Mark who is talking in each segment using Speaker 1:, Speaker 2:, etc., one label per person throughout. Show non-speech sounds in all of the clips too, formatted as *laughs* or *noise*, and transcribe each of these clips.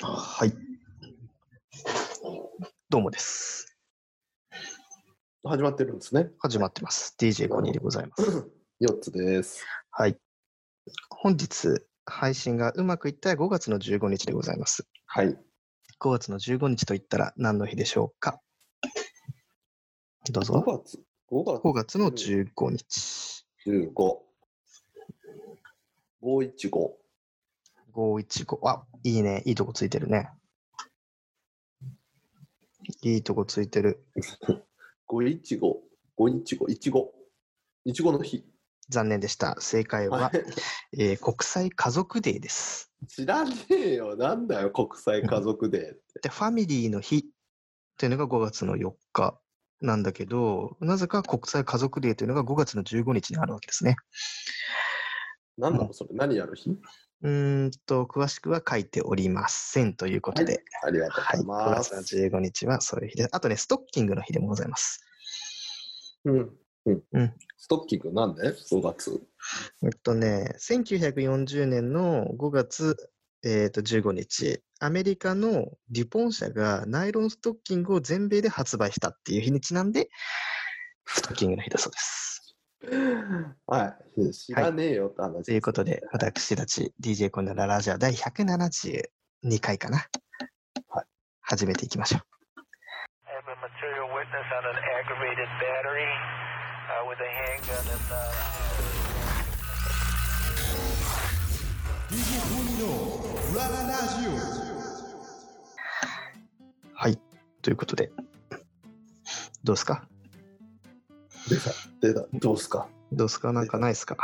Speaker 1: はい。どうもです。
Speaker 2: 始まってるんですね。
Speaker 1: 始まってます。DJ コニーでございます。
Speaker 2: 4つです。
Speaker 1: はい。本日、配信がうまくいったら5月の15日でございます。
Speaker 2: はい。
Speaker 1: 5月の15日といったら何の日でしょうかどう
Speaker 2: 5
Speaker 1: ぞ。
Speaker 2: 月、5
Speaker 1: 5月の15日。
Speaker 2: 月15。515。
Speaker 1: 515。あ、いいね。いいとこついてるね。いいとこついてる。
Speaker 2: 515。515。いちご。いちごの日。
Speaker 1: 残念でした。正解は、えー国際家族デーです。
Speaker 2: 知らねえよ。なんだよ、国際家族
Speaker 1: *laughs*
Speaker 2: デー。
Speaker 1: で、ファミリーの日っていうのが5月の4日なんだけど、なぜか国際家族デーというのが5月の15日にあるわけですね。
Speaker 2: なんなのそれ何やる日
Speaker 1: うーんと、詳しくは書いておりませんということで、
Speaker 2: ありがと
Speaker 1: はい、
Speaker 2: うござい
Speaker 1: 5
Speaker 2: ま
Speaker 1: 月の
Speaker 2: す。
Speaker 1: 15日はそういう日です。あとね、ストッキングの日でもございます。
Speaker 2: うん。うん
Speaker 1: うん
Speaker 2: ストッキングなんで ?5 月。
Speaker 1: えっとね、1940年の5月、えー、と15日、アメリカのデュポン社がナイロンストッキングを全米で発売したっていう日にちなんで、ストッキングの日だそうです。
Speaker 2: はい。知らねえよって話、
Speaker 1: ということで、私たち DJ コンダララジオ第172回かな。
Speaker 2: はい
Speaker 1: 始めていきましょう。
Speaker 3: I have a material witness on an aggravated battery uh, with a handgun and. Uh
Speaker 4: DJ コニーのラララジ
Speaker 1: はい。ということで、どうすか
Speaker 2: 出た。出た。どうすか
Speaker 1: どうすかなんかないですか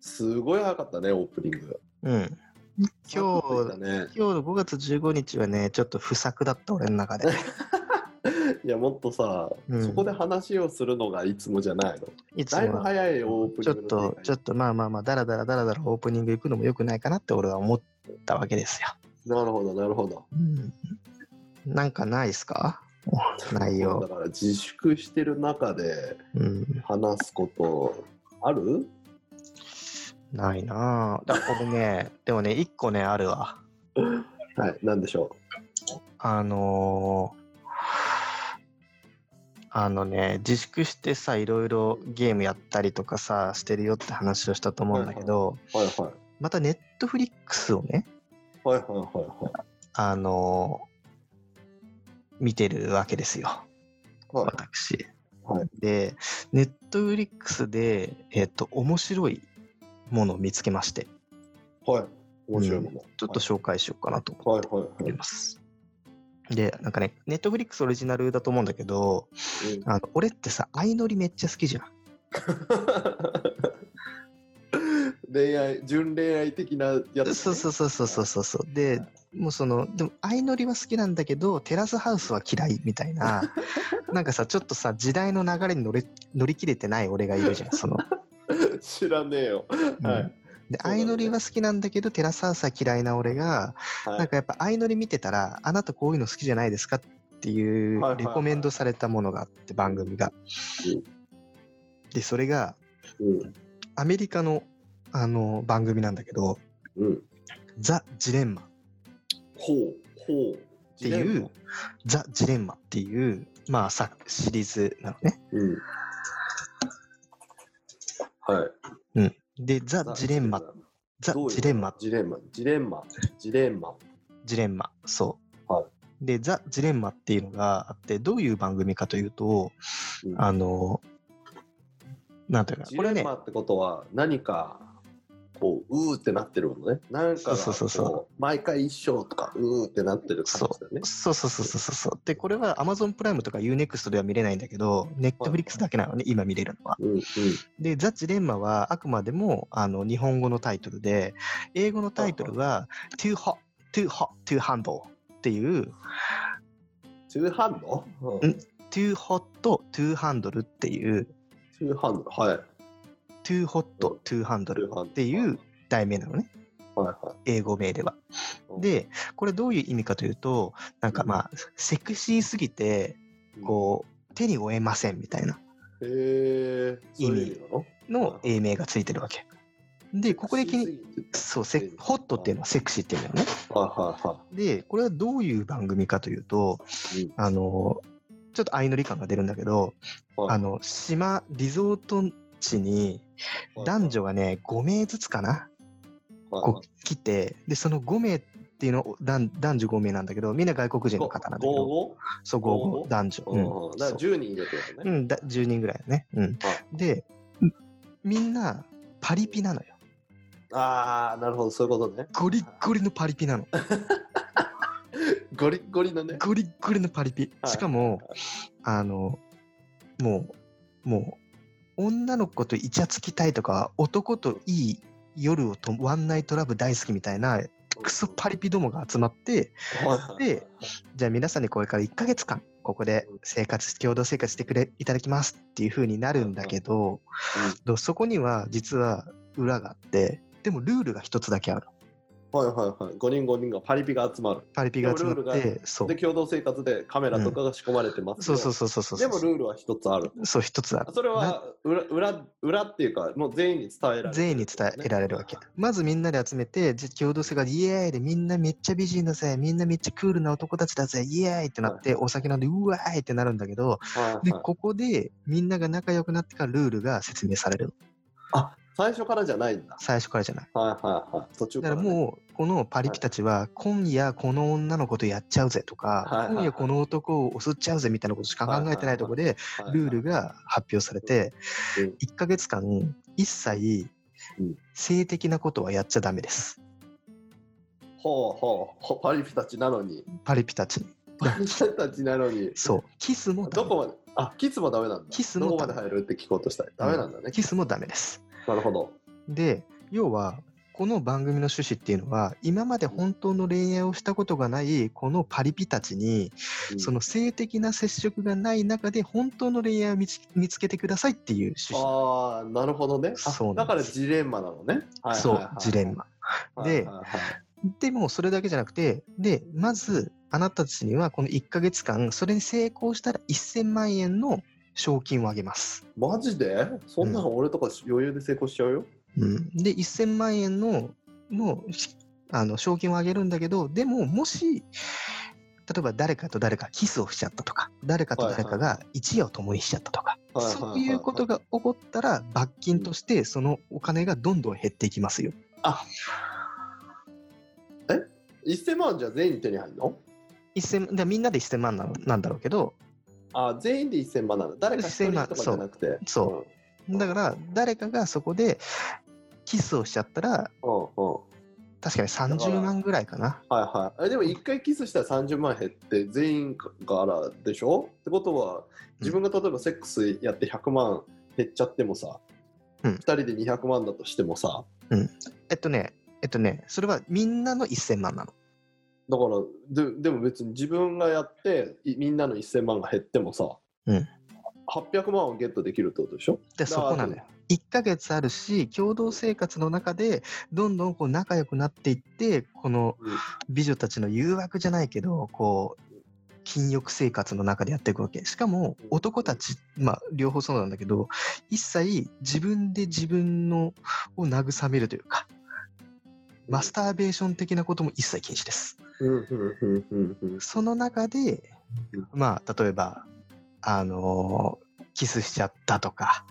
Speaker 2: すごい早かったね、オープニング。
Speaker 1: うん。今
Speaker 2: サク
Speaker 1: 日
Speaker 2: ッといっ、たね。
Speaker 1: 今日5月15日はね、ちょっと不作だった俺の
Speaker 2: *laughs*
Speaker 1: 中で。
Speaker 2: いやもっとさ、
Speaker 1: うん
Speaker 2: そこで話をするのがいつもじゃないの。
Speaker 1: いつ
Speaker 2: だいぶ
Speaker 1: も。
Speaker 2: 早いオープ
Speaker 1: ちょ
Speaker 2: ニ
Speaker 1: っ
Speaker 2: ングの
Speaker 1: と、ちょっとまあまあまあ、だらだらだらだらオープニング行くのも良くないかなって俺は思ったわけですよ。
Speaker 2: なるほどなるほど。
Speaker 1: うん。なんかないですか内
Speaker 2: だ
Speaker 1: 容。
Speaker 2: から自粛してる中で
Speaker 1: うん。
Speaker 2: 話すことある
Speaker 1: ないなぁ。だこれ
Speaker 2: *laughs*
Speaker 1: ね、でもね、一個ね、あるわ。
Speaker 2: はい何でしょ
Speaker 1: あのーあのね、自粛してさ、いろいろゲームやったりとかさ、してるよって話をしたと思うんだけど、
Speaker 2: うはいはい
Speaker 1: またネットフリックスをね、
Speaker 2: はいはいはいはい
Speaker 1: あのー見てるわけですよ、
Speaker 2: はい
Speaker 1: 私。
Speaker 2: はい
Speaker 1: で、ネットフリックスで、えっと、面白いものを見つけまして、
Speaker 2: はい面白いもの、
Speaker 1: ちょっと紹介しようかなと思って
Speaker 2: はいはい
Speaker 1: あ
Speaker 2: はい
Speaker 1: ります。で、なんかね、ネットフリックスオリジナルだと思うんだけど、あの俺ってさ、相乗りめっちゃ好きじゃん。
Speaker 2: うん *laughs* 恋愛純恋愛的なやつ、ね、
Speaker 1: そうそうそうそうそうそうそう。で、もうその、でも相乗りは好きなんだけど、テラスハウスは嫌いみたい *laughs* な、なんかさ、ちょっとさ、時代の流れに乗れ乗り切れてない俺がいるじゃん、そ *laughs* の。
Speaker 2: *laughs* 知らねえよ、
Speaker 1: うん
Speaker 2: はい
Speaker 1: で、
Speaker 2: そうだね
Speaker 1: 相乗りは好きなんだけど、テラスハウスは嫌いな俺が、
Speaker 2: はい
Speaker 1: なんかやっぱ相乗り見てたら、あなたこういうの好きじゃないですかっていう
Speaker 2: はいはいは
Speaker 1: レ
Speaker 2: い
Speaker 1: コメンドされたものがあって、番組が
Speaker 2: うん。
Speaker 1: で、それが、
Speaker 2: うん
Speaker 1: アメリカのあの番組なんだけど、
Speaker 2: うん
Speaker 1: ザ・ジレンマっ
Speaker 2: ほうほうって
Speaker 1: いう、ザ・ジレンマっていう、まあ、さシリーズなのね。
Speaker 2: うん。はい。
Speaker 1: で、ザ・ジレンマ、ザ・
Speaker 2: どういう
Speaker 1: ジレンマ、
Speaker 2: ジレンマ。ジレンマ。ジレンマ。
Speaker 1: ジレンマ、そう。
Speaker 2: は
Speaker 1: で、ザ・ジレンマっていうのがあって、どういう番組かというと、
Speaker 2: うん
Speaker 1: あの、なんていうか、
Speaker 2: ジ
Speaker 1: これ
Speaker 2: レン
Speaker 1: ね、
Speaker 2: マってことは何かこううーってなってるものね。なんかが
Speaker 1: そうそうそうそ
Speaker 2: こう毎回一生とかうーってなってる感じだよね。
Speaker 1: そうそうそうそうそうそう。で、これは Amazon プライムとか Unext では見れないんだけど、Netflix だけなのね、今見れるのは。
Speaker 2: うんうん。
Speaker 1: で、ザ・ジレンマはあくまでもあの日本語のタイトルで、英語のタイトルは Too Hot, Too Hot, Too Humble っていう、
Speaker 2: ツーハンド、うん
Speaker 1: ん Too Hot, Too Handle っていう、
Speaker 2: ツーハンド。はい。
Speaker 1: Too Hot, Too
Speaker 2: ツ
Speaker 1: Handle
Speaker 2: ーハンド。
Speaker 1: っていう題名なのね、
Speaker 2: はいは
Speaker 1: 英語名では。
Speaker 2: い。、
Speaker 1: で、これどういう意味かというと、なんかまあ、セクシーすぎて、こう、手に負えませんみたいな
Speaker 2: うん。へえ。そういう意味なの
Speaker 1: の英名がついてるわけ。で、ここで気に、
Speaker 2: に。
Speaker 1: そう、セクホットっていうのはセクシーっていうのよね。
Speaker 2: はあ、はあはあ、
Speaker 1: で、これはどういう番組かというと、
Speaker 2: うん
Speaker 1: あの、ちょっと相乗り感が出るんだけど、
Speaker 2: はい
Speaker 1: あの、島、リゾート地に、男女がね、5名ずつかな、こう来て、で、その5名っていうのを、男男女5名なんだけど、みんな外国人の方なんだけど、
Speaker 2: 55?
Speaker 1: そう、
Speaker 2: 五
Speaker 1: 5、男女。
Speaker 2: う
Speaker 1: う
Speaker 2: んうんん、だから
Speaker 1: そう
Speaker 2: 10人いるってこと
Speaker 1: う
Speaker 2: ね。
Speaker 1: ん、だ10人ぐらいだね。うん。で、みんな、パリピなのよ。
Speaker 2: ああ、なるほど、そういうことね。
Speaker 1: ゴリッゴリのパリピなの。
Speaker 2: ゴリッゴリのね。
Speaker 1: ゴリッゴリのパリピ。
Speaker 2: はい
Speaker 1: しかも、あの、もう、もう、女の子とイチャつきたいとか、男といい夜をと、ワンナイトラブ大好きみたいな、クソパリピどもが集まって、
Speaker 2: はい
Speaker 1: で、じゃあ皆さんにこれから1ヶ月間、ここで生活、共同生活してくれ、いただきますっていう風になるんだけど、どそこには実は裏があって、でもルールが一つだけある。
Speaker 2: はいはいはい。5人5人がパリピが集まる。
Speaker 1: パリピが集ま
Speaker 2: でも
Speaker 1: っ
Speaker 2: ルール
Speaker 1: て、そう
Speaker 2: で、。共同生活でカメラとかが仕込まれてます
Speaker 1: そ
Speaker 2: よ、
Speaker 1: うそうそうそうそう。
Speaker 2: でもルールは一つある。
Speaker 1: そう、一つある。
Speaker 2: それは裏裏裏っていうか、もう全員に伝えられる、
Speaker 1: 全員に伝えられるわけ。まずみんなで集めて、じゃ共同生活、イエーイでみんなめっちゃ美人だぜ、みんなめっちゃクールな男たちだぜ、イエーイってなって、お酒飲んで、うわーいってなるんだけど、
Speaker 2: はい
Speaker 1: で、
Speaker 2: はい
Speaker 1: ここでみんなが仲良くなってからルールが説明されるの。
Speaker 2: あ最初からじゃないんだ。
Speaker 1: 最初からじゃない。
Speaker 2: はいはいはい。途中か
Speaker 1: だ
Speaker 2: ら、
Speaker 1: から
Speaker 2: ね。
Speaker 1: もう、このパリピたちは、今夜この女の子とやっちゃうぜと
Speaker 2: はいはい
Speaker 1: か
Speaker 2: は、い
Speaker 1: 今夜この男を襲っちゃうぜみたいなことしか考えてないところで、
Speaker 2: はいはい
Speaker 1: ルールが発表されて、
Speaker 2: うん
Speaker 1: 1ヶ月間、一切
Speaker 2: うん
Speaker 1: 性的なことはやっちゃダメです。
Speaker 2: ほうほうほう、パリピたちなのに。
Speaker 1: パリピたちに。
Speaker 2: パリピたちなのに。
Speaker 1: *laughs* そう。キスもダ
Speaker 2: ど
Speaker 1: メ。
Speaker 2: こまで、あ、キスもダメなんだ。
Speaker 1: キスも
Speaker 2: どこ
Speaker 1: ダ
Speaker 2: ま
Speaker 1: メ
Speaker 2: で入るって聞こうとしたらダメなんだね。
Speaker 1: キスもダメです。
Speaker 2: なるほど。
Speaker 1: で、要は、この番組の趣旨っていうのは、今まで本当の恋愛をしたことがない、このパリピたちに、
Speaker 2: うん
Speaker 1: その性的な接触がない中で、本当の恋愛を見つ見つけてくださいっていう趣旨。
Speaker 2: ああ、なるほどね。あ
Speaker 1: そうなん
Speaker 2: だか
Speaker 1: で
Speaker 2: ら
Speaker 1: す
Speaker 2: ジレンマなのね。はいはい
Speaker 1: そ
Speaker 2: は
Speaker 1: う
Speaker 2: い、
Speaker 1: ジレンマ。で
Speaker 2: はいはいはい
Speaker 1: でも、それだけじゃなくて、で、まず、あなたたちには、この1ヶ月間、それに成功したら1000万円の賞金をあげます。
Speaker 2: マジでそんなの俺とか余裕で成功しちゃうよ。
Speaker 1: うん、で、1000万円の、の、しあの、賞金をあげるんだけど、でも、もし、例えば誰かと誰かキスをしちゃったとか、誰かと誰かが一夜を共にしちゃったとか、
Speaker 2: はいはいはい
Speaker 1: そういうことが起こったら、罰金として、そのお金がどんどん減っていきますよ。
Speaker 2: 1000万じゃ全員手に入るの
Speaker 1: 1000だからみんなで1000万なのなんだろうけど、
Speaker 2: あ全員で1000万なの。誰か一人とかじゃなくて。
Speaker 1: そう
Speaker 2: うん。
Speaker 1: だから、誰かがそこでキスをしちゃったら、
Speaker 2: うんうん。
Speaker 1: 確かに30万ぐらいかな。
Speaker 2: はいはい。えでも1回キスしたら30万減って全員からでしょってことは自分が例えばセックスやって100万減っちゃってもさ、
Speaker 1: うん
Speaker 2: 2人で200万だとしてもさ
Speaker 1: えっとね、えっとね、それはみんなの1000万なの。
Speaker 2: だからででも別に自分がやっていみんなの1000万が減ってもさ、
Speaker 1: うん
Speaker 2: 800万をゲットできるってことでしょ
Speaker 1: で、そこなのよ。1ヶ月あるし、共同生活の中で、どんどんこう仲良くなっていって、この
Speaker 2: うん
Speaker 1: 美女たちの誘惑じゃないけど、こう、禁欲生活の中でやっていくわけ。しかも、男たち、まあ、両方そうなんだけど、一切自分で自分のを慰めるというか、マスターベーション的なことも一切禁止です。
Speaker 2: うんうんうんうんうん
Speaker 1: その中で
Speaker 2: うん、
Speaker 1: まあ、例えば、あのーキスしちゃったとか、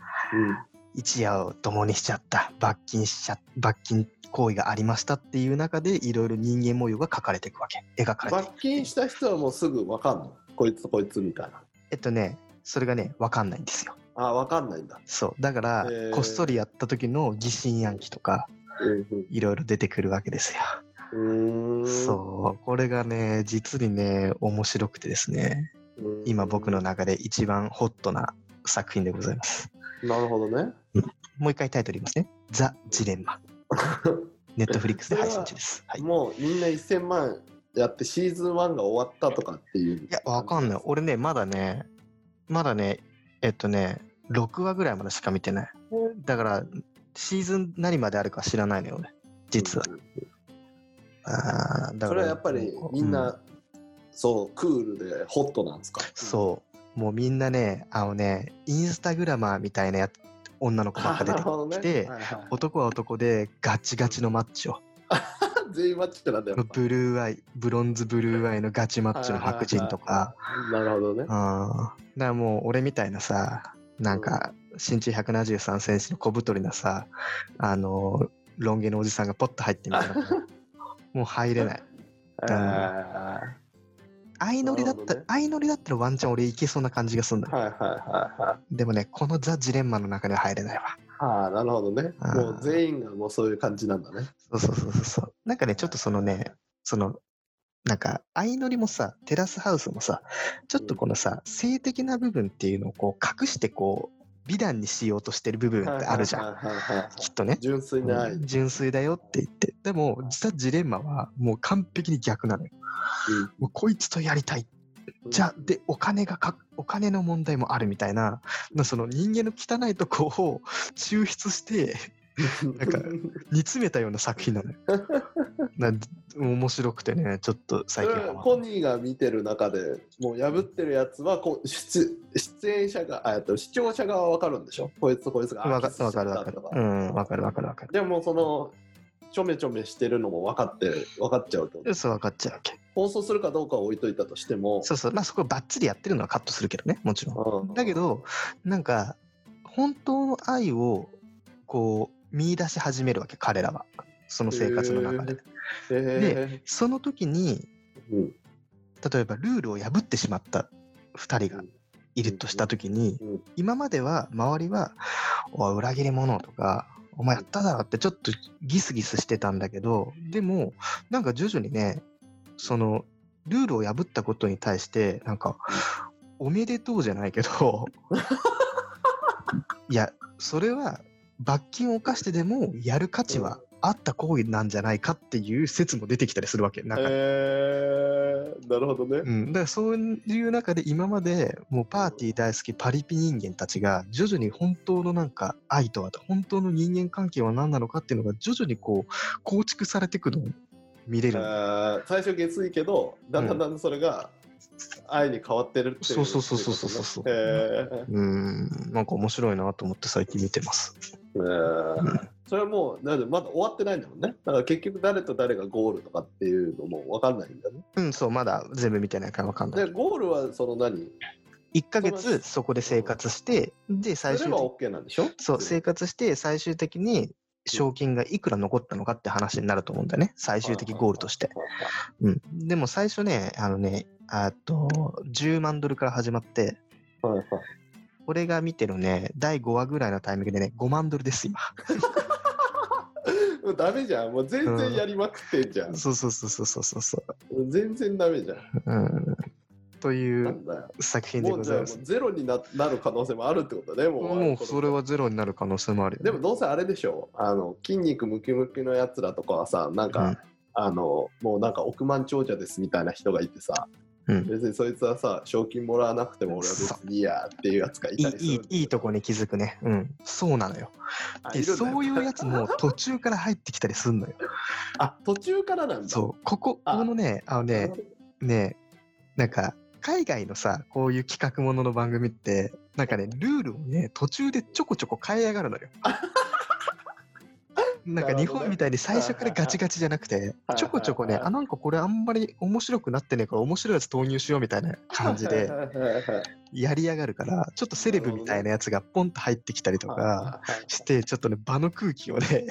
Speaker 1: 一夜を共にしちゃった、罰金しちゃ、罰金行為がありましたっていう中で、いろいろ人間模様が描かれていくわけ。描かれていく
Speaker 2: 罰。金した人はもうすぐ分かんのこいつとこいつみたいな
Speaker 1: えっとね、それがね、わかんないんですよ。
Speaker 2: あ分かんないんだ、
Speaker 1: そう。だから
Speaker 2: へー、
Speaker 1: こっそりやった時の疑心暗鬼とか、
Speaker 2: うん
Speaker 1: いろいろ出てくるわけですよ。
Speaker 2: うん、うーん
Speaker 1: そう。これがね、実にね、面白くてですね、
Speaker 2: うん
Speaker 1: 今僕の中で一番ホットな作品でございます。
Speaker 2: なるほどね
Speaker 1: もう一回タイトル言いますね。ザ・ジレン
Speaker 2: *laughs*
Speaker 1: マ。ネットフリックスで配信中です。はい、い
Speaker 2: もうみんな1000万やってシーズン1が終わったとかっていう。い
Speaker 1: や、わかんない。。俺ね、まだね、まだね、えっとね、6話ぐらいまでしか見てない。だから、シーズン何まであるか知らないのよ、俺。実は。
Speaker 2: うん。
Speaker 1: あーだから
Speaker 2: それはやっぱりみんな、
Speaker 1: う
Speaker 2: そう、クールでホットなんですか。
Speaker 1: そう。もうみんなね、あのね、インスタグラマーみたいなやつ、女の子ばっか出てきて、
Speaker 2: あなるほどねはいはい
Speaker 1: 男は男でガチガチのマッチョ
Speaker 2: 全員マッチョなんだよ。
Speaker 1: ブルーアイブロンズブルーアイのガチマッチョの白人とか
Speaker 2: なるほどね
Speaker 1: うん。だからもう俺みたいなさなんか身長1 7 3センチの小太りなさあのロン毛のおじさんがポッと入ってみ
Speaker 2: *laughs*
Speaker 1: たらもう入れない
Speaker 2: あ
Speaker 1: 相乗りだっ
Speaker 2: なるほ
Speaker 1: た
Speaker 2: どね
Speaker 1: 相乗りだったらワンチャン俺いけそうな感じがするんだ
Speaker 2: ーはいはいはいはい。
Speaker 1: でもねこのザ・ジレンマの中には入れないわ
Speaker 2: ああ、なるほどね。
Speaker 1: あー
Speaker 2: もう全員がもうそういう感じなんだね。
Speaker 1: そうそうそうそうそう。なんかね、ちょっとそのね、その、なんか、相乗りもさ、テラスハウスもさ、ちょっとこのさ、性的な部分っていうのをこう隠してこう、美談にしようとしてる部分ってあるじゃん。
Speaker 2: はいはいはいはい
Speaker 1: きっとね。
Speaker 2: 純粋な愛。うん
Speaker 1: 純粋だよって言って。でも、実はジレンマはもう完璧に逆なのよ。もうこいつとやりたい。じゃあ、で、お金がか、お金の問題もあるみたいな、まあその人間の汚いとこを抽出して、なん
Speaker 2: *laughs*
Speaker 1: か煮詰めたような作品なのよ。なん面白くてね、ちょっと
Speaker 2: そ
Speaker 1: 最
Speaker 2: れ
Speaker 1: 近
Speaker 2: は
Speaker 1: ハマ
Speaker 2: コニーが見てる中でもう破ってるやつはこう出出演者があえっと視聴者側は分かるんでしょこいつとこいつが
Speaker 1: わか
Speaker 2: あキスし
Speaker 1: わ
Speaker 2: ちゃ
Speaker 1: か
Speaker 2: っ
Speaker 1: るわ
Speaker 2: た
Speaker 1: かる
Speaker 2: と。
Speaker 1: う
Speaker 2: か
Speaker 1: ん、わかるわかるわかる。
Speaker 2: でもそのちょめちょめしてるのも分かって分かっちゃうと
Speaker 1: 嘘わかっちゃうわけ。
Speaker 2: 放送するかどうかは置いといたとしても
Speaker 1: そうそう、まあそこばっちりやってるのはカットするけどね、もちろん。
Speaker 2: うん
Speaker 1: だけど、なんか、本当の愛を、こう、見出し始めるわけ、彼らは。その生活の中で。
Speaker 2: へー
Speaker 1: でその時に、
Speaker 2: うん
Speaker 1: 例えばルールを破ってしまった2人がいるとした時に、
Speaker 2: うんうん
Speaker 1: 今までは周りは「おい裏切り者」とか「お前やっただろ」ってちょっとギスギスしてたんだけどでもなんか徐々にねそのルールを破ったことに対してなんか「おめでとう」じゃないけどいやそれは罰金を犯してでもやる価値はあった行為なんじゃないかっていう説も出てきたりするわけなんか
Speaker 2: えー、なるほどね。
Speaker 1: うん、だからそういう中で今までもうパーティー大好きパリピ人間たちが徐々に本当のなんか愛とは本当の人間関係は何なのかっていうのが徐々にこう構築されていくのを見れ
Speaker 2: え
Speaker 1: る、
Speaker 2: ー最初月いけど、だんだんだんだんそれが愛に変わってるっていう、
Speaker 1: そうそうそうそうそうそう
Speaker 2: えー
Speaker 1: うんなんか面白いなと思って最近見てます
Speaker 2: えーそれはもう、だってまだ終わってないんだもんね。だから結局誰と誰がゴールとかっていうのも分かんないんだね。
Speaker 1: うんそうまだ全部見てないから分かんない
Speaker 2: で、ゴールはその何
Speaker 1: 1ヶ
Speaker 2: そう
Speaker 1: 月
Speaker 2: だ
Speaker 1: そこで生活してで最
Speaker 2: それ
Speaker 1: 終
Speaker 2: は
Speaker 1: 的
Speaker 2: OK なんでしょ
Speaker 1: そう生活して最終的に賞金がいくら残ったのかって話になると思うんだよね最終的ゴールとして。うん、でも最初ね、あのね、あと、10万ドルから始まって、
Speaker 2: はいはい
Speaker 1: 俺が見てるね、第5話ぐらいのタイミングでね、5万ドルです、今。
Speaker 2: もうダメじゃん。もう全然やりまくってんじゃん。
Speaker 1: そうそうそうそうそうそうそ
Speaker 2: 全然ダメじゃん。
Speaker 1: う。うん。とい
Speaker 2: な
Speaker 1: うん
Speaker 2: だよ。
Speaker 1: 作品で
Speaker 2: もう
Speaker 1: ご
Speaker 2: じゃ
Speaker 1: ざい
Speaker 2: あも
Speaker 1: ま
Speaker 2: う
Speaker 1: す。
Speaker 2: ゼロにななる可能性もあるってことね。もう
Speaker 1: もうそれはゼロになる可能性もあるよ、ね。
Speaker 2: でもどうせあれでしょうあの筋肉ムキムキのやつらとかはさなんか、
Speaker 1: うん
Speaker 2: あのもうなんか億万長者ですみたいな人がいてさ、
Speaker 1: うん
Speaker 2: 別にそいつはさ賞金もらわなくても俺は別にいいやっていうやつがい
Speaker 1: い
Speaker 2: た
Speaker 1: い
Speaker 2: りする
Speaker 1: いいいいとこに気づくね。うん。そうなのよ。
Speaker 2: あ
Speaker 1: で、
Speaker 2: いるんだ
Speaker 1: そういうやつも途中から入ってきたりすん *laughs* のよ。
Speaker 2: あ途中からなんだ
Speaker 1: そう。ここ、こ
Speaker 2: あ
Speaker 1: このね、あのね、ねえなんか海外のさこういう企画ものの番組ってなんかねルールをね途中でちょこちょこ変えやがる
Speaker 2: *laughs*
Speaker 1: のよ。なんか
Speaker 2: なる
Speaker 1: 日
Speaker 2: ほどね
Speaker 1: 本みたいに最初からガチガチじゃなくて
Speaker 2: はい
Speaker 1: ちょこちょこね
Speaker 2: はい
Speaker 1: あなんかこれあんまり面白くなってねえから面白いやつ投入しようみたいな感じで
Speaker 2: はいはいはいはい
Speaker 1: やりやがるからちょっとセレブみたいなやつがポンと入ってきたりとか
Speaker 2: はいはい
Speaker 1: してちょっとね場の空気をね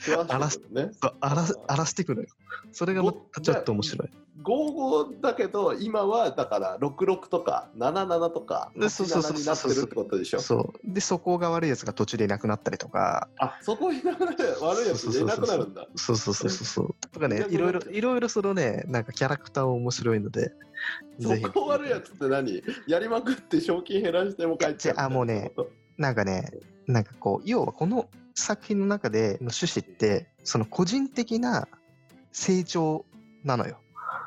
Speaker 2: 詳しいけどね
Speaker 1: そう *laughs* 荒らす荒らしていくのよ。それがまたちょっと面白い。
Speaker 2: 55だけど今はだから66とか77とか
Speaker 1: でそうそうそう
Speaker 2: 87になってるってことでしょ
Speaker 1: そうでそこが悪いやつが途中でいなくなったりとか
Speaker 2: あそこいなくなる悪いやついなくなるんだ
Speaker 1: そうそうそうそうそうとかね
Speaker 2: 逆に
Speaker 1: いろいろいろいろそのねなんかキャラクター面白いので
Speaker 2: そ
Speaker 1: ぜひ
Speaker 2: こ悪いやつって何やりまくって賞金減らしても帰っちゃうみたいな
Speaker 1: あもうね
Speaker 2: こと
Speaker 1: なんかねなんかこう要はこの作品の中での趣旨ってその個人的な成長なのよ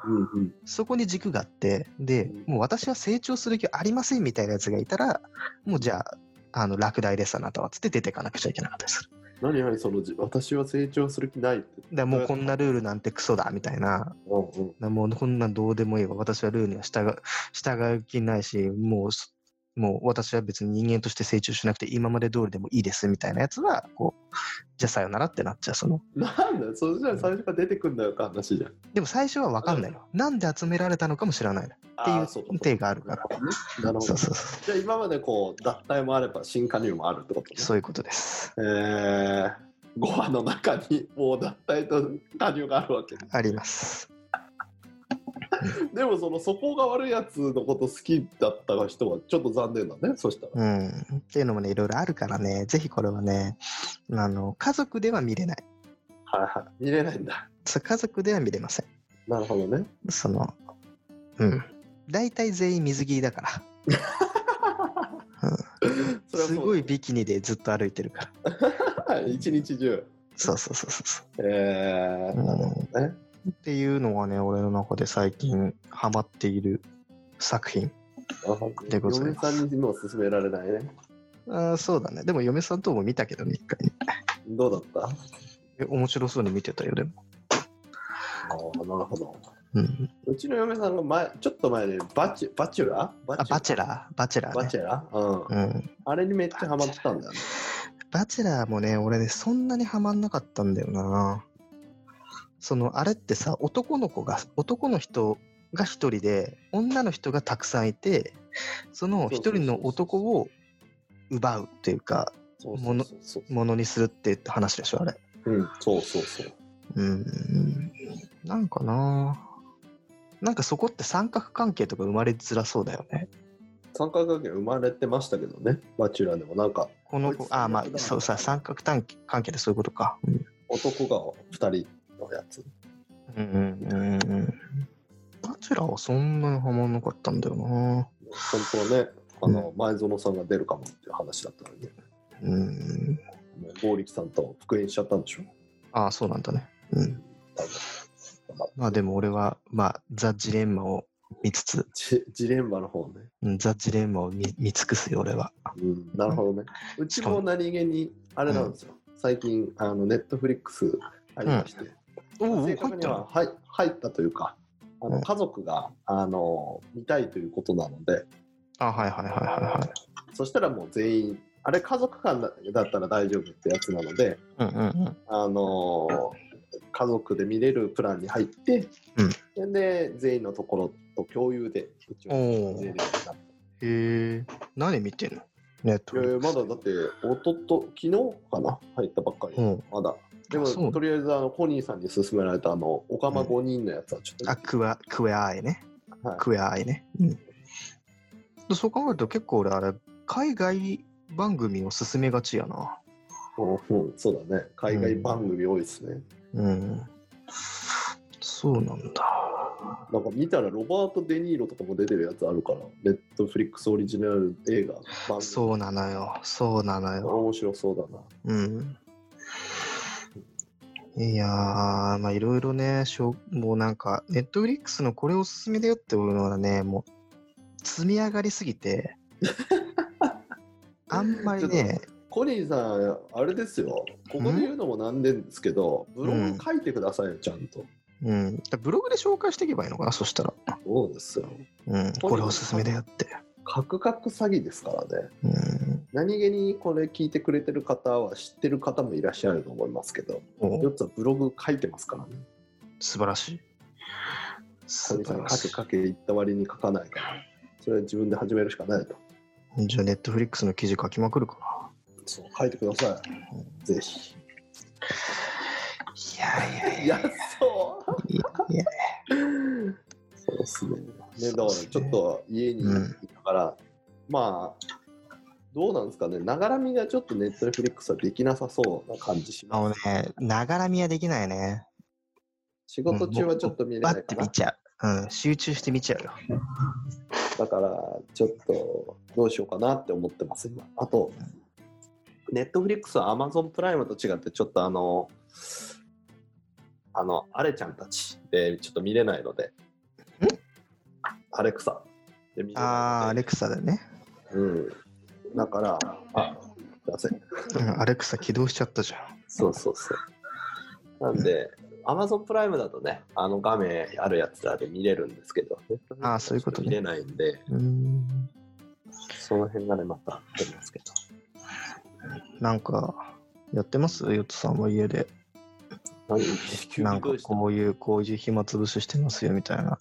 Speaker 2: うんうん
Speaker 1: そこに軸があってでもう私は成長する気はありませんみたいなやつがいたらもうじゃああの落第ですあなたはつって出てかなくちゃいけなかったりする
Speaker 2: 何何そのじ私は成長する気ないって
Speaker 1: だからもうこんなルールなんてクソだみたいな
Speaker 2: うんうん
Speaker 1: なもうこんなんどうでもいいわ。私はルールには従う従う気ないし、もうそもう私は別に人間として成長しなくて今まで通りでもいいですみたいなやつは、こう、じゃあさよならってなっちゃう。その、
Speaker 2: なんだよそしたら最初から出てくんだよって話じゃん。
Speaker 1: でも最初はわかんないの。なんで集められたのかも知らないの。って
Speaker 2: あーそうか
Speaker 1: いう手があるから。
Speaker 2: なるほ
Speaker 1: そ
Speaker 2: ど
Speaker 1: う。そうそう。
Speaker 2: じゃあ今までこう脱退もあれば新加入もあるってことね。
Speaker 1: そういうことです。
Speaker 2: えー、5話の中にもう脱退と加入があるわけね
Speaker 1: あります。
Speaker 2: でもそのそこが悪いやつのこと好きだった人はちょっと残念だねそしたら
Speaker 1: うん。っていうのもね、いろいろあるからね、ぜひこれはね、あの、家族では見れない。
Speaker 2: はいはい見れないんだ
Speaker 1: そう家族では見れません。
Speaker 2: なるほどね
Speaker 1: その、うん。大体全員水着だから。
Speaker 2: それは
Speaker 1: す
Speaker 2: そう
Speaker 1: ごいビキニでずっと歩いてるから。
Speaker 2: はい一日中
Speaker 1: そうそうそうそうそう。
Speaker 2: えー、
Speaker 1: うん
Speaker 2: なるほどね
Speaker 1: っていうのはね、俺の中で最近ハマっている作品。
Speaker 2: なるほど
Speaker 1: でござい
Speaker 2: 嫁
Speaker 1: ます
Speaker 2: さんにも勧められないね
Speaker 1: あーそうだね。でも嫁さんとも見たけどね、一回ね。
Speaker 2: どうだったあ
Speaker 1: え面白そうに見てたよ、でも。
Speaker 2: あーなるほど
Speaker 1: うん、
Speaker 2: うちの嫁さんが前ちょっと前でバチバチュラバ
Speaker 1: あ、バチェラーバチェラー、ね。
Speaker 2: バチェラうん
Speaker 1: ェうん。
Speaker 2: あれにめっちゃハマってたんだよね
Speaker 1: バチェラーもね、俺ね、そんなにハマんなかったんだよな。その、あれってさ、男の子が、男の人が一人で、女の人がたくさんいて、その一人の男を奪うっていうか、
Speaker 2: そうそうそうそう
Speaker 1: ものにするっていう話でしょ、あれ。
Speaker 2: うん、そうそうそう。
Speaker 1: うん。なんかななんかそこって三角関係とか生まれづらそうだよね。
Speaker 2: 三角関係生まれてましたけどね、バチュラーでもなんか
Speaker 1: この
Speaker 2: こい
Speaker 1: 子
Speaker 2: つ、
Speaker 1: あ、ま
Speaker 2: 最悪だ
Speaker 1: あ、
Speaker 2: な
Speaker 1: そうさ、三角関係関係でそういうことか。うん
Speaker 2: 男が二人のやつ。
Speaker 1: うんうんうんうんバチェラーはそんなにハマんなかったんだよな。
Speaker 2: 本当はね、あの前園さんが出るかもっていう話だったのに、
Speaker 1: うん。
Speaker 2: もう剛力さんと復縁しちゃったんでしょ。
Speaker 1: ああ、そうなんだね。うん。まあでも俺は、まあ、ザ・ジレンマを見つつ、
Speaker 2: ジジレンマの方ね。
Speaker 1: うん、ザ・ジレンマを見見尽くすよ、俺は。
Speaker 2: うん、なるほどね。うちも何気にあれなんですよ。最近あのネットフリックスありまして、
Speaker 1: おお、
Speaker 2: 正
Speaker 1: 入
Speaker 2: 確
Speaker 1: っ
Speaker 2: に
Speaker 1: た
Speaker 2: は
Speaker 1: の
Speaker 2: はい入ったというか、あ
Speaker 1: う
Speaker 2: の
Speaker 1: ん
Speaker 2: 家族があの見たいということなので。
Speaker 1: あ、はいはいはいはいはい。
Speaker 2: そしたらもう全員、あれ家族間だだったら大丈夫ってやつなので、
Speaker 1: うんうんうん。
Speaker 2: あのー家族で見れるプランに入って、で全員のところと共有で、一応
Speaker 1: おお。
Speaker 2: 見れ
Speaker 1: へ
Speaker 2: るようになっ
Speaker 1: え。何見てんのネット
Speaker 2: ていやいやまだだって、おとと、昨日かな、入ったばっかり、
Speaker 1: うん。
Speaker 2: まだ。で
Speaker 1: あそ
Speaker 2: も、
Speaker 1: う
Speaker 2: とりあえずあのコニーさんに勧められたあの、オカマ
Speaker 1: うん
Speaker 2: 5人のやつはちょっと、
Speaker 1: あ、クワ、クエアイね。
Speaker 2: はい
Speaker 1: クエアイね。うん。でそう考えると結構俺、あれ、海外番組を進めがちやな。
Speaker 2: うんうんそうだね、海外番組多いですね。
Speaker 1: うん。そうなんだ。
Speaker 2: なんか見たらロバート・デ・ニーロとかも出てるやつあるから、ネットフリックスオリジナル映画、番組
Speaker 1: そうなのよ。そうなのよ。
Speaker 2: 面白そうだな。
Speaker 1: うん。いやー、まあいろいろね、しょもうなんか、ネットフリックスのこれおすすめだよっていうのはね、もう、積み上がりすぎ *laughs* て、あんまりね、
Speaker 2: コニーさん、あれですよ、ここで言うのもなんでですけど、ブログ書いてくださいよ、ちゃんと。
Speaker 1: うん、ブログで紹介していけばいいのかな、そしたら。
Speaker 2: そうですよ。
Speaker 1: うん、これおすすめだよって。
Speaker 2: カクカク詐欺ですからね。
Speaker 1: うん、
Speaker 2: 何気にこれ聞いてくれてる方は知ってる方もいらっしゃると思いますけど、
Speaker 1: お
Speaker 2: 4つはブログ書いてますからね。
Speaker 1: 素晴らしい。
Speaker 2: コ
Speaker 1: 素
Speaker 2: ニーさ
Speaker 1: 晴
Speaker 2: ん、
Speaker 1: ら
Speaker 2: 書
Speaker 1: し
Speaker 2: け
Speaker 1: い。
Speaker 2: 書け言った割に書かないから、それは自分で始めるしかないと。
Speaker 1: じゃあ、ネットフリックスの記事書きまくるかな。
Speaker 2: そう、書いてください。ぜひ。
Speaker 1: いやいやいや
Speaker 2: いや、そう。
Speaker 1: いや
Speaker 2: そうですね。
Speaker 1: そ
Speaker 2: ね、だか
Speaker 1: う
Speaker 2: ら
Speaker 1: っ
Speaker 2: ち
Speaker 1: すね
Speaker 2: ょっと家にいながら、まあ、どうなんですかね、ながらみがちょっとネットフリックスはできなさそうな感じし
Speaker 1: あ
Speaker 2: ま
Speaker 1: の
Speaker 2: す。
Speaker 1: ね、ながらみはできないね。
Speaker 2: 仕事中はちょっと見れな
Speaker 1: バ
Speaker 2: い
Speaker 1: ッ
Speaker 2: か
Speaker 1: て
Speaker 2: な
Speaker 1: 見。ちゃう。うん、集中して見ちゃうよ。
Speaker 2: だから、ちょっとどうしようかなって思ってます、今。あと、ネットフリックスは Amazon プライムと違って、ちょっとあの、あの、アレちゃんたちでちょっと見れないので、アレクサで見れないので。
Speaker 1: あー、アレクサだね。
Speaker 2: うん。だから、あ、すいません。
Speaker 1: うん、アレクサ起動しちゃったじゃん。
Speaker 2: そうそうそう。なんで、Amazon プライムだとね、あの画面あるやつらで見れるんですけど、
Speaker 1: あーそういうことね
Speaker 2: 見れないんで、
Speaker 1: うーん。
Speaker 2: その辺がね、また出ますけど。
Speaker 1: なんか、やってますヨットさんは家で。
Speaker 2: 何急
Speaker 1: な
Speaker 2: に
Speaker 1: んか
Speaker 2: どうした
Speaker 1: こういう、こういう暇つぶししてますよみたいな。
Speaker 2: あ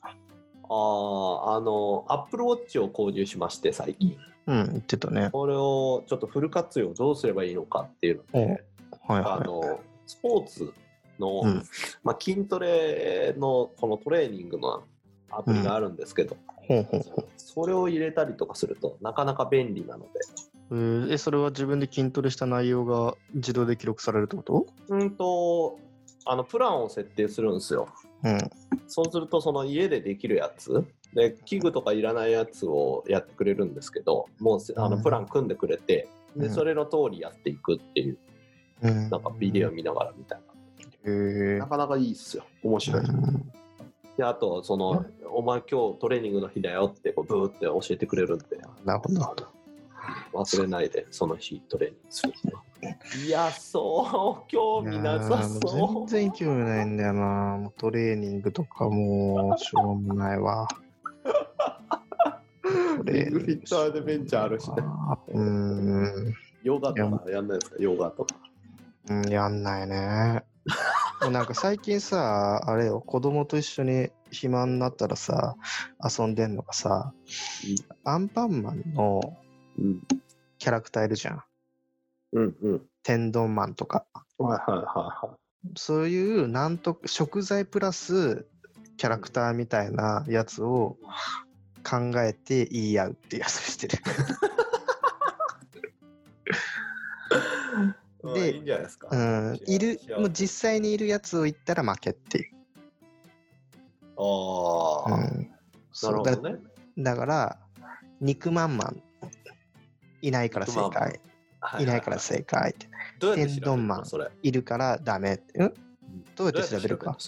Speaker 2: あ、あの、Apple Watch を購入しまして、最近。
Speaker 1: うん、言ってたね。
Speaker 2: これをちょっとフル活用どうすればいいのかっていうの
Speaker 1: お
Speaker 2: で、
Speaker 1: はい
Speaker 2: あ
Speaker 1: は
Speaker 2: の、スポーツの、
Speaker 1: い。うん。
Speaker 2: まあ、筋トレのこのトレーニングのアプリがあるんですけど、
Speaker 1: ほうほうほう。
Speaker 2: それを入れたりとかするとなかなか便利なので
Speaker 1: えーえ、それは自分で筋トレした内容が自動で記録されるってこと
Speaker 2: うんとあのプランを設定するんですよ
Speaker 1: うん。
Speaker 2: そうするとその家でできるやつで器具とかいらないやつをやってくれるんですけどもうせあの
Speaker 1: うん
Speaker 2: プラン組んでくれて
Speaker 1: う
Speaker 2: で
Speaker 1: ん
Speaker 2: それの通りやっていくっていう
Speaker 1: うん
Speaker 2: なんかビデオ見ながらみたい
Speaker 1: へ
Speaker 2: な
Speaker 1: ー
Speaker 2: なかなかいいっすよ面白い
Speaker 1: うん
Speaker 2: であとその「お前今日トレーニングの日だよ」ってこうブーって教えてくれるんで
Speaker 1: なるほど、なるほど。
Speaker 2: 忘れないでその日トレーニングするいやそう興味なさ
Speaker 1: いやーも
Speaker 2: そうう
Speaker 1: 全然興味ないんだよな。もうトレーニングとかもう、しょうもないわ。トレーニング
Speaker 2: リングフィットアドベンチャーあるしね
Speaker 1: うーん
Speaker 2: ヨガとかやんないですかヨガとか
Speaker 1: うん、やんないね。もうなんか最近さ、あれよ、子供と一緒に暇になったらさ、遊んでんのがさ、アンパンマンの
Speaker 2: うん
Speaker 1: キャラクターいるじゃん。
Speaker 2: うんうん
Speaker 1: 天丼マンとか。
Speaker 2: はいはいはいは
Speaker 1: そういうなんと食材プラスキャラクターみたいなやつを考えて言い合うっていうやつをして
Speaker 2: *laughs*
Speaker 1: る。
Speaker 2: い
Speaker 1: で
Speaker 2: まあいいんじゃないですか
Speaker 1: うん、いる
Speaker 2: 幸せ
Speaker 1: もう実際にいるやつを言ったら負けっていう。
Speaker 2: ああ、
Speaker 1: うん
Speaker 2: なる
Speaker 1: そう
Speaker 2: ほ
Speaker 1: だ
Speaker 2: どね
Speaker 1: だから肉まんまんいないから正
Speaker 2: 肉まん
Speaker 1: 解いないから正解って
Speaker 2: どうやって調べ
Speaker 1: 天
Speaker 2: るの
Speaker 1: 丼マン
Speaker 2: それ
Speaker 1: いるからダメって、ん、どうやって調べるか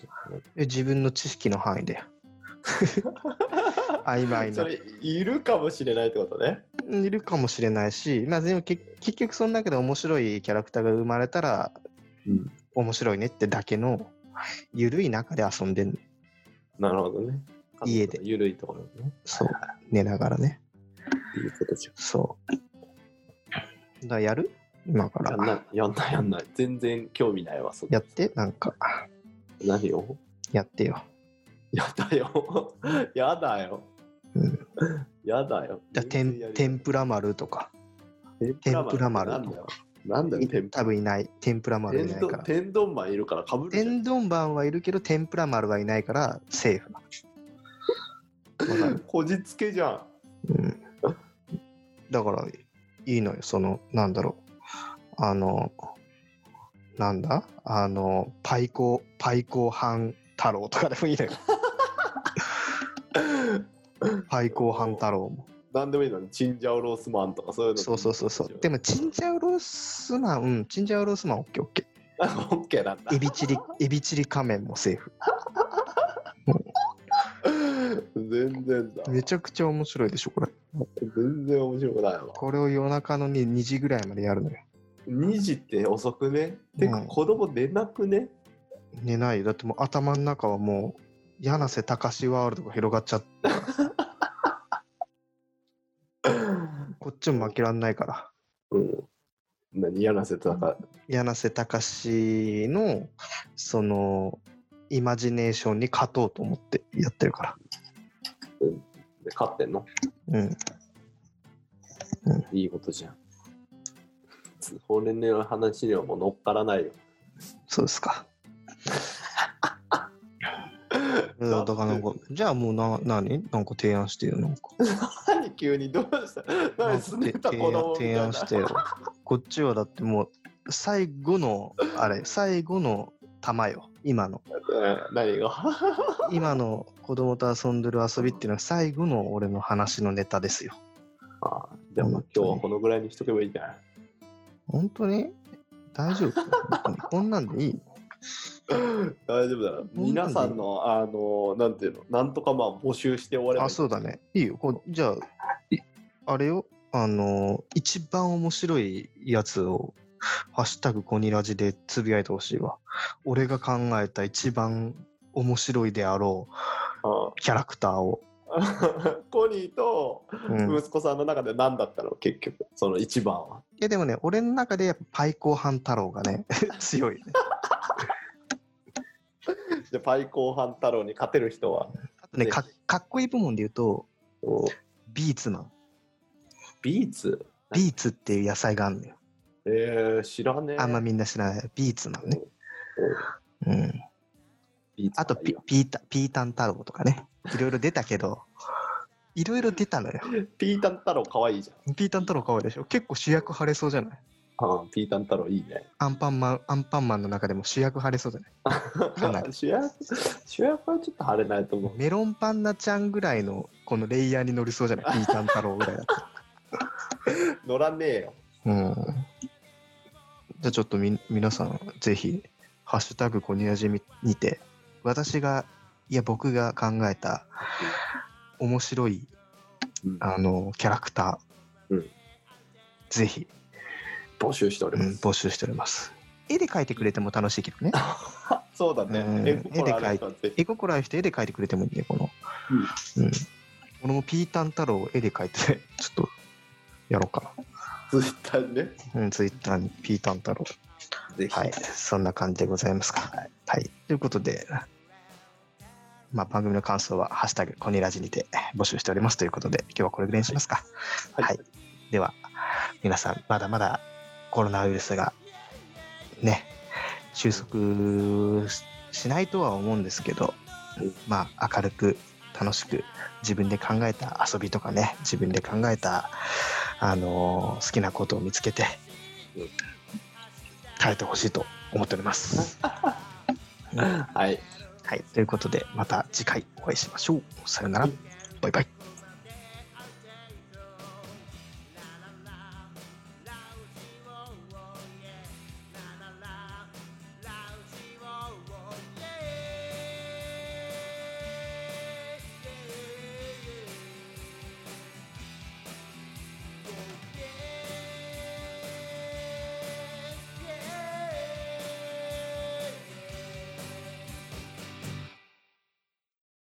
Speaker 1: え自分の知識の範囲で曖昧 *laughs*
Speaker 2: そ
Speaker 1: な
Speaker 2: れいるかもしれないってことね
Speaker 1: いるかもしれないし、まあ、でもけ結局その中で面白いキャラクターが生まれたら、
Speaker 2: うん
Speaker 1: 面白いねってだけの緩い中で遊んでんの
Speaker 2: なるほどね
Speaker 1: 家で
Speaker 2: ゆるいところね
Speaker 1: そう寝ながらね
Speaker 2: っていうことじゃん
Speaker 1: そうだからやる今か
Speaker 2: やん
Speaker 1: ら
Speaker 2: ないやんないやんない全然興味ないわそんな
Speaker 1: やってなんか
Speaker 2: 何を *laughs*
Speaker 1: やってよ
Speaker 2: やだよ。 *laughs* やだよ。
Speaker 1: うん
Speaker 2: やだよ。
Speaker 1: じゃあ
Speaker 2: 全
Speaker 1: 天
Speaker 2: 然やり
Speaker 1: 天ぷら丸とか天ぷら丸
Speaker 2: なんだよ。なんだよ、
Speaker 1: い
Speaker 2: 天ぷ
Speaker 1: 多分いない天ぷら
Speaker 2: ら
Speaker 1: 丸い
Speaker 2: 天
Speaker 1: ないか
Speaker 2: 丼
Speaker 1: ら
Speaker 2: 天丼マンいるからかぶるじゃん
Speaker 1: 天丼版はいるけど天ぷら丸はいないからセーフなのわかる
Speaker 2: こじつけじゃん。
Speaker 1: うんだからいいのよそのなんだろうあのなんだあのパイコパイコ半太郎とかでもいいのよパイコ半太郎も
Speaker 2: なんでもいいのに、チンジャオロースマンとかそういうの。
Speaker 1: そうそうそう
Speaker 2: *laughs*
Speaker 1: そうでもチンジャオロースマンうんチンジャオロースマンオッケーオッケ
Speaker 2: あオッケーなんだ
Speaker 1: ーエ。ビチリエビチリ仮面もセーフ
Speaker 2: 全然だ。
Speaker 1: めちゃくちゃ面白いでしょこれ
Speaker 2: 全然面白くないわ。
Speaker 1: これを夜中のに2時ぐらいまでやるのよ
Speaker 2: 2時って遅くねて
Speaker 1: う
Speaker 2: か
Speaker 1: ん
Speaker 2: 子供寝なくね
Speaker 1: 寝ないよだってもう頭の中はもう柳瀬隆ワールドが広がっちゃってこっちも負けらんないから
Speaker 2: うん。何やらせてたか。
Speaker 1: 柳瀬隆のそのイマジネーションに勝とうと思ってやってるか
Speaker 2: で勝ってんの
Speaker 1: らうん
Speaker 2: いいことじゃん。法年の話にはもう乗っからないよ。
Speaker 1: そうですかうんだからなんかじゃあもうな何なんか提案してよなんか
Speaker 2: 何急にどうした
Speaker 1: なん
Speaker 2: 何
Speaker 1: か
Speaker 2: すね
Speaker 1: て
Speaker 2: た子供みたい
Speaker 1: 提
Speaker 2: な
Speaker 1: 案提案してよこっちはだってもう最後のあれ最後の玉よ今の
Speaker 2: うん *laughs* 何が
Speaker 1: 今の子供と遊んでる遊びっていうのは最後の俺の話のネタですよ
Speaker 2: あでも今日はこのぐらいにしとけばいいんじゃない
Speaker 1: 本当に大丈夫本当にこんなんでいい
Speaker 2: 大丈夫だ
Speaker 1: んな
Speaker 2: ろ
Speaker 1: んで
Speaker 2: 皆さんのあのなんていうのなんとかまあ募集して終わればい
Speaker 1: あ
Speaker 2: い
Speaker 1: そうだねいいよこうじゃあいあれよあの一番面白いやつを「ハッシュタグコニラジ」でつぶやいてほしいわ俺が考えた一番面白いであろう
Speaker 2: あ
Speaker 1: キャラクターを
Speaker 2: *laughs* コニーと
Speaker 1: うん、い
Speaker 2: 息子さんの中で何だったの結局その一番は
Speaker 1: やでもね、俺の中でやっぱパイコーハン太郎がね、 *laughs* 強いね。
Speaker 2: じゃあパイコーハン太郎に勝てる人は、
Speaker 1: あとねか、かっこいい部門で言うと、
Speaker 2: お
Speaker 1: ビーツマン。
Speaker 2: ビーツ
Speaker 1: ビーツっていう野菜があるのよ。
Speaker 2: えー、知らねえ
Speaker 1: あんまみんな知らない。ビーツマンね。うん。
Speaker 2: ビーツ
Speaker 1: あと
Speaker 2: はいい
Speaker 1: ピ
Speaker 2: よ、
Speaker 1: ピータ、ピータン太郎とかね。いろいろ出たけど、いろいろ出たのよ。
Speaker 2: ピータン太郎可愛いじゃん
Speaker 1: ピータン太郎可愛いでしょ結構主役張れそうじゃない
Speaker 2: あーピータン太郎いいね
Speaker 1: アンパンマン、アンパンマンの中でも主役張れそうじゃないか *laughs* なり
Speaker 2: *laughs* 主役主役はちょっと晴れないと思う
Speaker 1: メロンパンナちゃんぐらいのこのレイヤーに乗りそうじゃ *laughs* ないピータン太郎ぐらいだと。
Speaker 2: 乗らねえよ
Speaker 1: うん。じゃあちょっとみ、皆さん、ぜひ、ハッシュタグコニアジミにて、私が、いや、僕が考えた、面白い、
Speaker 2: うん
Speaker 1: あの、キャラクター、
Speaker 2: うん
Speaker 1: ぜひ、
Speaker 2: 募集しており
Speaker 1: う
Speaker 2: ま
Speaker 1: ん
Speaker 2: す、
Speaker 1: 募集しております。絵で描いてくれても楽しいけど
Speaker 2: *laughs*
Speaker 1: ね。
Speaker 2: そうだね、
Speaker 1: うん
Speaker 2: 絵心ある人はぜひ
Speaker 1: 絵心ある人絵で描いてくれてもいいね、この。うん。俺もピータン太郎を絵で描いて、ちょっと、やろうか
Speaker 2: ツイッターにね
Speaker 1: な。うん、ツイッターにピータン太郎。
Speaker 2: ぜひ、
Speaker 1: はい、そんな感じでございますか。はい、ということで、まあ、番組の感想は「ハッシュタグコニラジ」にて募集しておりますということで、今日はこれぐらいにしますか。
Speaker 2: はい
Speaker 1: はいでは、皆さん、まだまだコロナウイルスがね、収束ししないとは思うんですけど
Speaker 2: うん、
Speaker 1: まあ、明るく楽しく自分で考えた遊びとかね、自分で考えた、あのー好きなことを見つけて
Speaker 2: うん、
Speaker 1: 耐えてほしいと思っております。
Speaker 2: *laughs* はい
Speaker 1: はい、ということで、また次回お会いしましょう。さよなら。バイバイ。